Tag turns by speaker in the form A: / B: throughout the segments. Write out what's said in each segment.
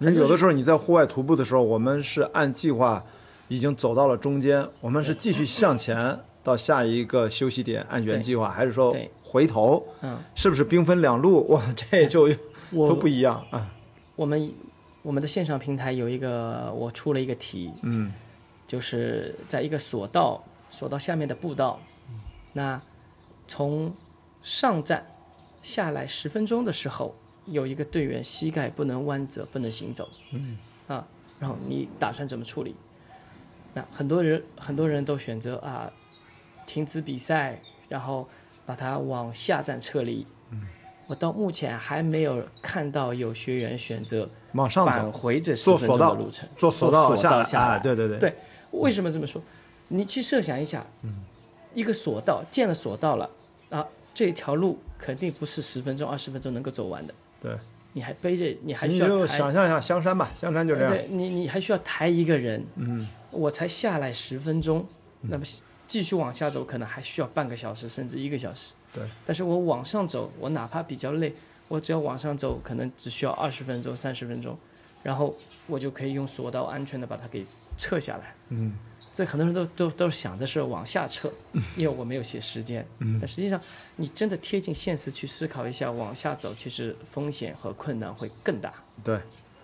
A: 有的时候你在户外徒步的时候，我们是按计划已经走到了中间，我们是继续向前到下一个休息点，按原计划，还是说
B: 对
A: 回头？
B: 嗯，
A: 是不是兵分两路？哇，这就
B: 我
A: 都不一样啊！
B: 我们我们的线上平台有一个，我出了一个题，嗯，就是在一个索道，索道下面的步道，那从上站下来十分钟的时候，有一个队员膝盖不能弯折，不能行走，嗯，啊，然后你打算怎么处理？那很多人很多人都选择啊，停止比赛，然后把它往下站撤离。我到目前还没有看到有学员选择
A: 往上走，
B: 返回这十
A: 坐
B: 分
A: 索
B: 钟的
A: 道
B: 路程，，
A: 坐
B: 索
A: 索道
B: 下
A: 来啊！对对对，
B: 对，为什么这么说？你去设想一下，一个索道建了索道了啊，这条路肯定不是十分钟、二十分钟能够走完的。
A: 对，
B: 你还背着，你还
A: 你
B: 需
A: 就
B: 要抬，
A: 想象一下香山吧，香山就这样。
B: 对你你还需要抬一个人，嗯，我才下来十分钟，那么继续往下走可能还需要半个小时甚至一个小时。
A: 对，
B: 但是我往上走，我哪怕比较累，我只要往上走，可能只需要二十分钟、三十分钟，然后我就可以用索道安全的把它给撤下来。嗯，所以很多人都都都想着是往下撤，因为我没有写 时间。嗯，但实际上你真的贴近现实去思考一下，往下走其实风险和困难会更大。
A: 对，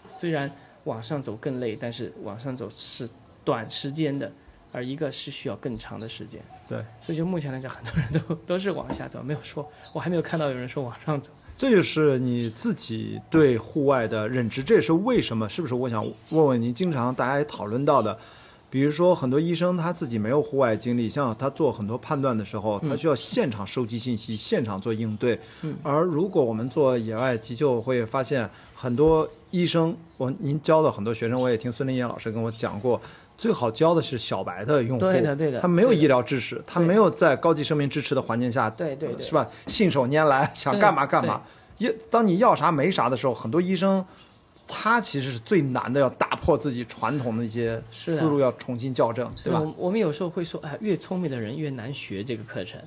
B: 虽然往上走更累，但是往上走是短时间的，而一个是需要更长的时间。
A: 对，
B: 所以就目前来讲，很多人都都是往下走，没有说，我还没有看到有人说往上走。
A: 这就是你自己对户外的认知，这也是为什么，是不是？我想问问您，经常大家也讨论到的，比如说很多医生他自己没有户外经历，像他做很多判断的时候，
B: 嗯
A: 他需要现场收集信息，现场做应对。而如果我们做野外急救，会发现很多医生，我您教的很多学生，我也听孙林岩老师跟我讲过。最好教的是小白的用户，
B: 对的对的
A: 他没有
B: 对的
A: 医疗知识，他没有在高级生命支持的环境下，
B: 对对对
A: 是吧？信手拈来，想啊干嘛干嘛。也当你要啥没啥的时候，很多医生他其实是最难的，要打破自己传统的一些
B: 是啊嗯
A: 思路，要重新校正，对吧？
B: 我我们有时候会说，哎，越聪明的人越难学这个课程。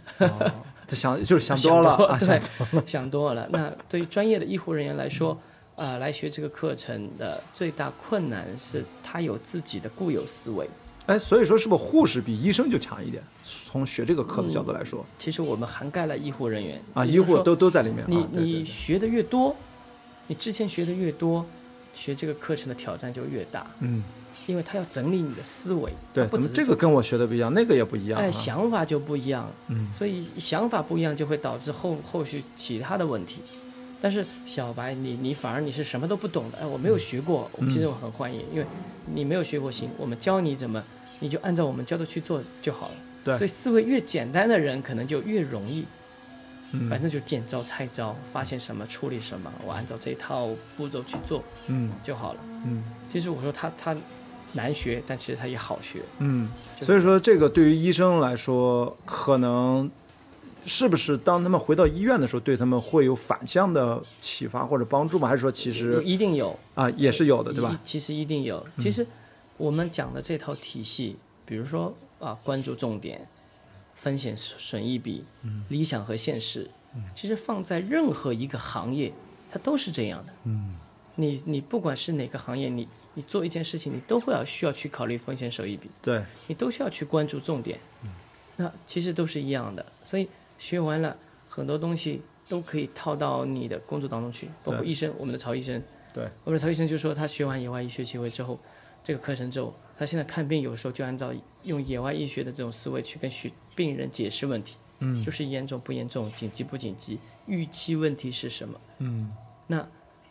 A: 他想就是想多了啊，想
B: 对，想多了。那对于专业的医护人员来说，呃，来学这个课程的最大困难是他有自己的固有思维。
A: 哎，所以说是不是护士比医生就强一点？从学这个课的角度来说、
B: 其实我们涵盖了医护人员
A: 啊，
B: 也
A: 医
B: 就是
A: 护
B: 嗯说
A: 都都在里面。
B: 你
A: 啊、对对
B: 你
A: 对
B: 学的越多，你之前学的越多，学这个课程的挑战就越大，
A: 嗯，
B: 因为他要整理你的思维，
A: 对，
B: 它不
A: 怎
B: 只
A: 么
B: 是
A: 这个跟我学的不一样，那个也不一样、啊。
B: 哎，想法就不一样，嗯，所以想法不一样就会导致后后续其他的问题。但是小白，你你反而你是什么都不懂的，哎，我没有学过，我其实我很欢迎，因为你没有学过行，我们教你怎么，你就按照我们教的去做就好了。
A: 对
B: 所以思维越简单的人，可能就越容易，
A: 嗯
B: 反正就见招拆招，发现什么处理什么，我按照这套步骤去做
A: 嗯
B: 就好了。
A: 嗯。
B: 其实我说他他难学，但其实他也好学。
A: 嗯，所以说这个对于医生来说，可能是不是当他们回到医院的时候，对他们会有反向的启发或者帮助吗？还是说其实
B: 一定有，
A: 啊也是有的，对吧？嗯
B: 一？其实一定有。其实我们讲的这套体系，比如说啊，关注重点、风险损益比、
A: 嗯
B: 理想和现实，其实放在任何一个行业，它都是这样的。嗯，你你不管是哪个行业，你你做一件事情，你都会要需要去考虑风险收益比。
A: 对，
B: 你都需要去关注重点。那其实都是一样的，所以学完了很多东西都可以套到你的工作当中去，包括医生，我们的曹医生，
A: 对，
B: 我们的曹医生就说他学完野外医学协会之后，这个课程之后，他现在看病有时候就按照用野外医学的这种思维去跟学病人解释问题，嗯，就是严重不严重，紧急不紧急，预期问题是什么，
A: 嗯，
B: 那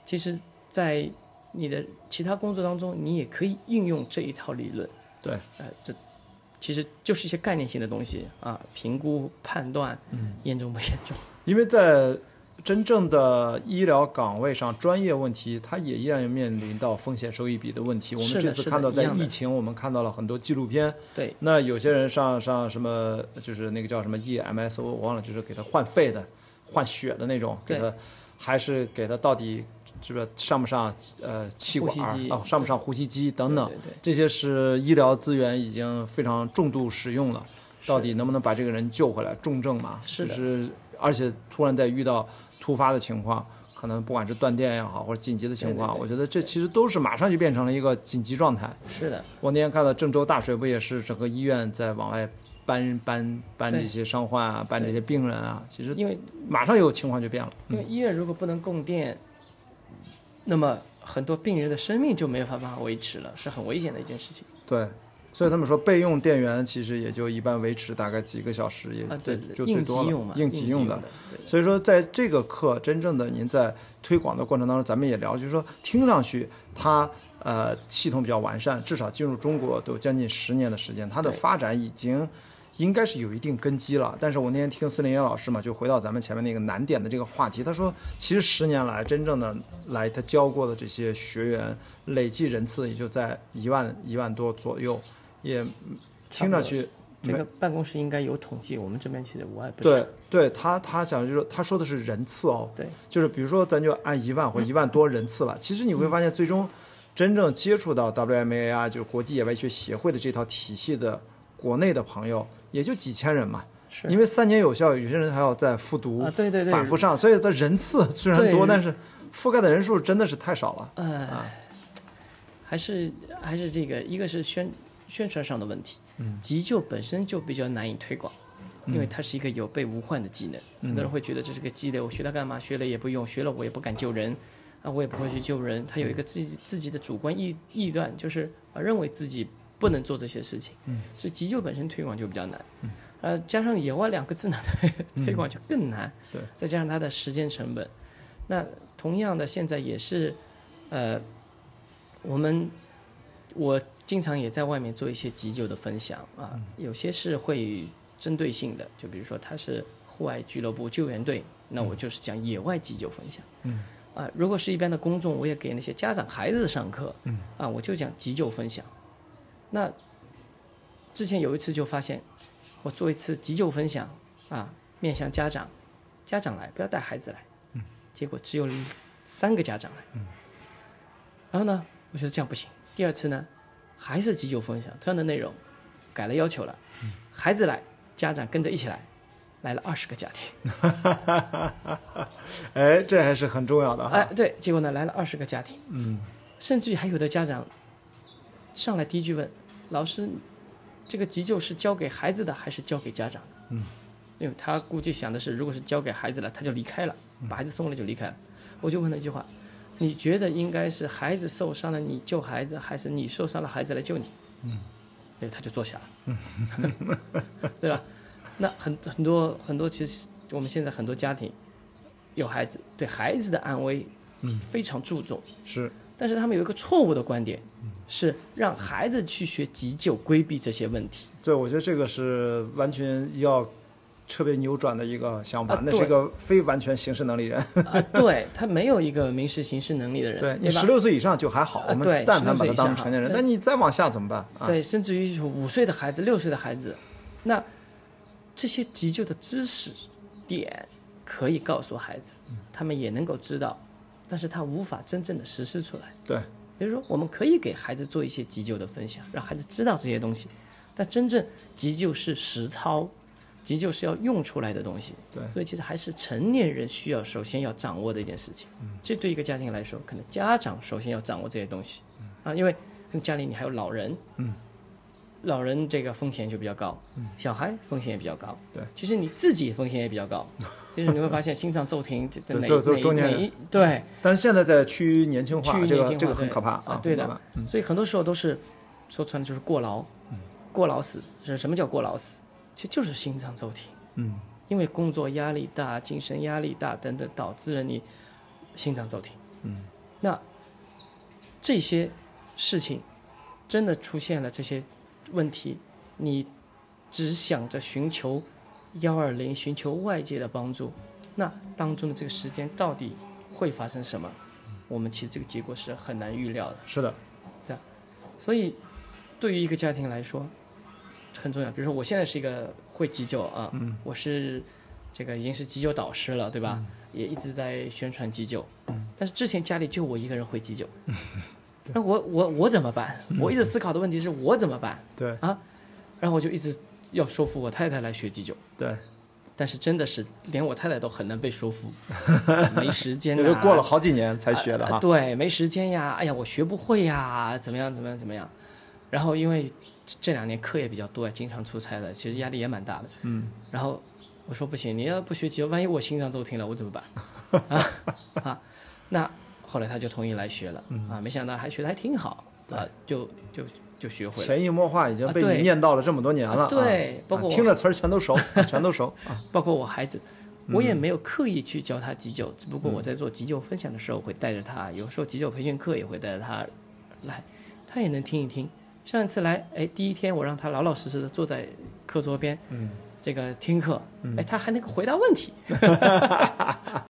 B: 其实，在你的其他工作当中，你也可以应用这一套理论。
A: 对，
B: 呃，这其实就是一些概念性的东西啊，评估、判断，
A: 嗯
B: 严重不严 重？
A: 因为在真正的医疗岗位上，专业问题它也依然面临到风险收益比的问题。我们
B: 是的
A: 这次
B: 是的
A: 看到，在
B: 一样的
A: 疫情，我们看到了很多纪录片，
B: 对，
A: 那有些人上上什么，就是那个叫什么 E EMS，我忘了，就是给他换肺的、换血的那种，给
B: 对
A: 他还是给他到底这个上不上呃气管
B: 呼吸机
A: 哦，上不上呼吸机等等
B: 对对对，
A: 这些是医疗资源已经非常重度使用了，到底能不能把这个人救回来？重症嘛，
B: 是
A: 就
B: 的
A: 是而且突然再遇到突发的情况，可能不管是断电也好，或者紧急的情况，
B: 对对对
A: 我觉得这其实都是马上就变成了一个紧急状态。
B: 是的，
A: 我那天看到郑州大水不也是整个医院在往外搬搬搬
B: 对
A: 这些伤患啊，搬这些病人啊，其实
B: 因为
A: 马上有情况就变了。
B: 因为医院如果不能供电，那么很多病人的生命就没有办法维持了，是很危险的一件事情。
A: 对，所以他们说备用电源其实也就一般维持大概几个小时，也
B: 啊，
A: 最
B: 对，
A: 就最
B: 对应
A: 多
B: 急
A: 了
B: 用嘛，
A: 应
B: 应
A: 急
B: 用
A: 的。，
B: 对
A: 所以说，在这个课真正的您在推广的过程当中，咱们也聊，就是说听上去它呃系统比较完善，至少进入中国都将近十年的时间，它的
B: 对
A: 发展已经应该是有一定根基了。但是我那天听孙林岩老师嘛，就回到咱们前面那个难点的这个话题，他说，其实十年来真正的来他教过的这些学员累计人次也就在一万一万多左右，也听上去
B: 这个办公室应该有统计，我们这边其实我也不
A: 对
B: 是。
A: 对，他他讲就是说他说的是人次哦，
B: 对，嗯
A: 就是比如说咱就按一万或一万多人次吧，其实你会发现最终真正接触到 WMA 啊，就是国际野外医学协会的这套体系的国内的朋友，也就几千人嘛。
B: 是
A: 因为三年有效，有些人还要再复读，
B: 啊对对对
A: 反复上，所以它人次虽然
B: 对嗯
A: 多，但是覆盖的人数真的是太少了。
B: 还是还是这个，一个是宣宣传上的问题，急救本身就比较难以推广，因为它是一个有备无患的技能，很多人会觉得这是个鸡肋，我学它干嘛？学了也不用，学了我也不敢救人，啊，我也不会去救人。他有一个自己自己的主观臆臆断，就是啊，认为自己不能做这些事情，所以急救本身推广就比较难，呃，加上野外两个字呢，推广就更难，
A: 对，
B: 再加上它的时间成本，那同样的现在也是，呃。我们我经常也在外面做一些急救的分享啊，有些是会针对性的，就比如说他是户外俱乐部救援队，那我就是讲野外急救分享。嗯。啊，如果是一般的公众，我也给那些家长孩子上课。嗯。啊，我就讲急救分享。那之前有一次就发现，我做一次急救分享啊，面向家长，家长来不要带孩子来。嗯。结果只有三个家长来。嗯。然后呢，我觉得这样不行。第二次呢，还是急救分享同样的内容，改了要求了，孩子来，家长跟着一起来，来了二十个家庭。
A: 哎，这还是很重要的哈。
B: 哎，对，结果呢来了二十个家庭，嗯，甚至于还有的家长上来第一句问老师，这个急救是交给孩子的还是交给家长的？嗯，因为他估计想的是，如果是交给孩子了，他就离开了，把孩子送了就离开了。我就问了一句话，你觉得应该是孩子受伤了你救孩子，还是你受伤了孩子来救你？嗯，对，他就坐下了， 对吧？那很很多很多，其实我们现在很多家庭有孩子，对孩子的安危，嗯，非常注重。
A: 是，
B: 但是他们有一个错误的观点，
A: 嗯
B: 是让孩子去学急救，规避这些问题。
A: 对，我觉得这个是完全要彻底扭转的一个想法，
B: 啊
A: 那是
B: 对
A: 一个非完全形式能力人。
B: 啊，对他没有一个民事刑事能力的人，
A: 对
B: 对
A: 你
B: 吧
A: 十六岁以上就还好，我
B: 呃
A: 们
B: 对
A: 但凡把他
B: 16岁以
A: 当成
B: 上
A: 成年人，
B: 对
A: 那你再往下怎么办啊？
B: 对，甚至于五岁的孩子、六岁的孩子，那这些急救的知识点可以告诉孩子，
A: 嗯
B: 他们也能够知道，但是他无法真正的实施出来。
A: 对，
B: 也就是说，我们可以给孩子做一些急救的分享，让孩子知道这些东西。但真正急救是实操，急救是要用出来的东西。
A: 对
B: 所以其实还是成年人需要首先要掌握的一件事情。
A: 嗯
B: 这对一个家庭来说，可能家长首先要掌握这些东西
A: 嗯
B: 啊，因为可能家里你还有老人，嗯，老人这个风险就比较高，小孩风险也比较高。
A: 嗯对，
B: 其实你自己风险也比较高，就是你会发现心脏骤停，这
A: 对
B: 哪
A: 都都
B: 哪
A: 中年
B: 哪
A: 人
B: 一对。
A: 但是现在在趋于年轻化
B: 趋，于
A: 这
B: 年
A: 个
B: 轻
A: 这个
B: 化，
A: 很可怕嗯
B: 啊
A: 啊，，
B: 对
A: 很可
B: 的，所以很多时候都是说穿了就是过劳，过劳死是什么叫过劳死？其实就是心脏骤停，
A: 嗯，
B: 因为工作压力大、精神压力大等等，导致了你心脏骤停，嗯，那这些事情真的出现了这些问题，你只想着寻求幺二零，寻求外界的帮助，那当中的这个时间到底会发生什么？我们其实这个结果是很难预料的。
A: 怕。是的，
B: 所以，对于一个家庭来说，很重要。比如说，我现在是一个会急救啊，
A: 嗯
B: 我是这个已经是急救导师了，对吧？也一直在宣传急救，
A: 嗯
B: 但是之前家里就我一个人会急救，那我我我怎么办？
A: 嗯
B: 我一直思考的问题是我怎么办？
A: 对
B: 然后我就一直要说服我太太来学急救，
A: 对
B: 但是真的是连我太太都很难被 说服，没时间、啊。
A: 也就过了好几年才学的
B: 啊
A: 哈。
B: 对，没时间呀，哎呀，我学不会呀，怎么样，怎么样，怎么样？然后因为这两年课也比较多，经常出差的，其实压力也蛮大的。嗯。然后我说不行，你要不学吉他，万一我心脏骤停了，我怎 么办？啊啊！那后来他就同意来学了、
A: 嗯
B: 啊，没想到还学的还挺好啊，就就就学会了。
A: 潜移默化已经被
B: 啊对
A: 你念叨了这么多年了啊，
B: 对包括
A: 啊
B: 我
A: 听着词儿全都熟， 全都熟。
B: 包括我孩子，我也没有刻意去教他急救，只不过我在做急救分享的时候会带着他，有时候急救培训课也会带着他来，他也能听一听。上一次来，哎，第一天我让他老老实实的坐在课桌边，嗯，这个听课，哎，他还能够回答问题，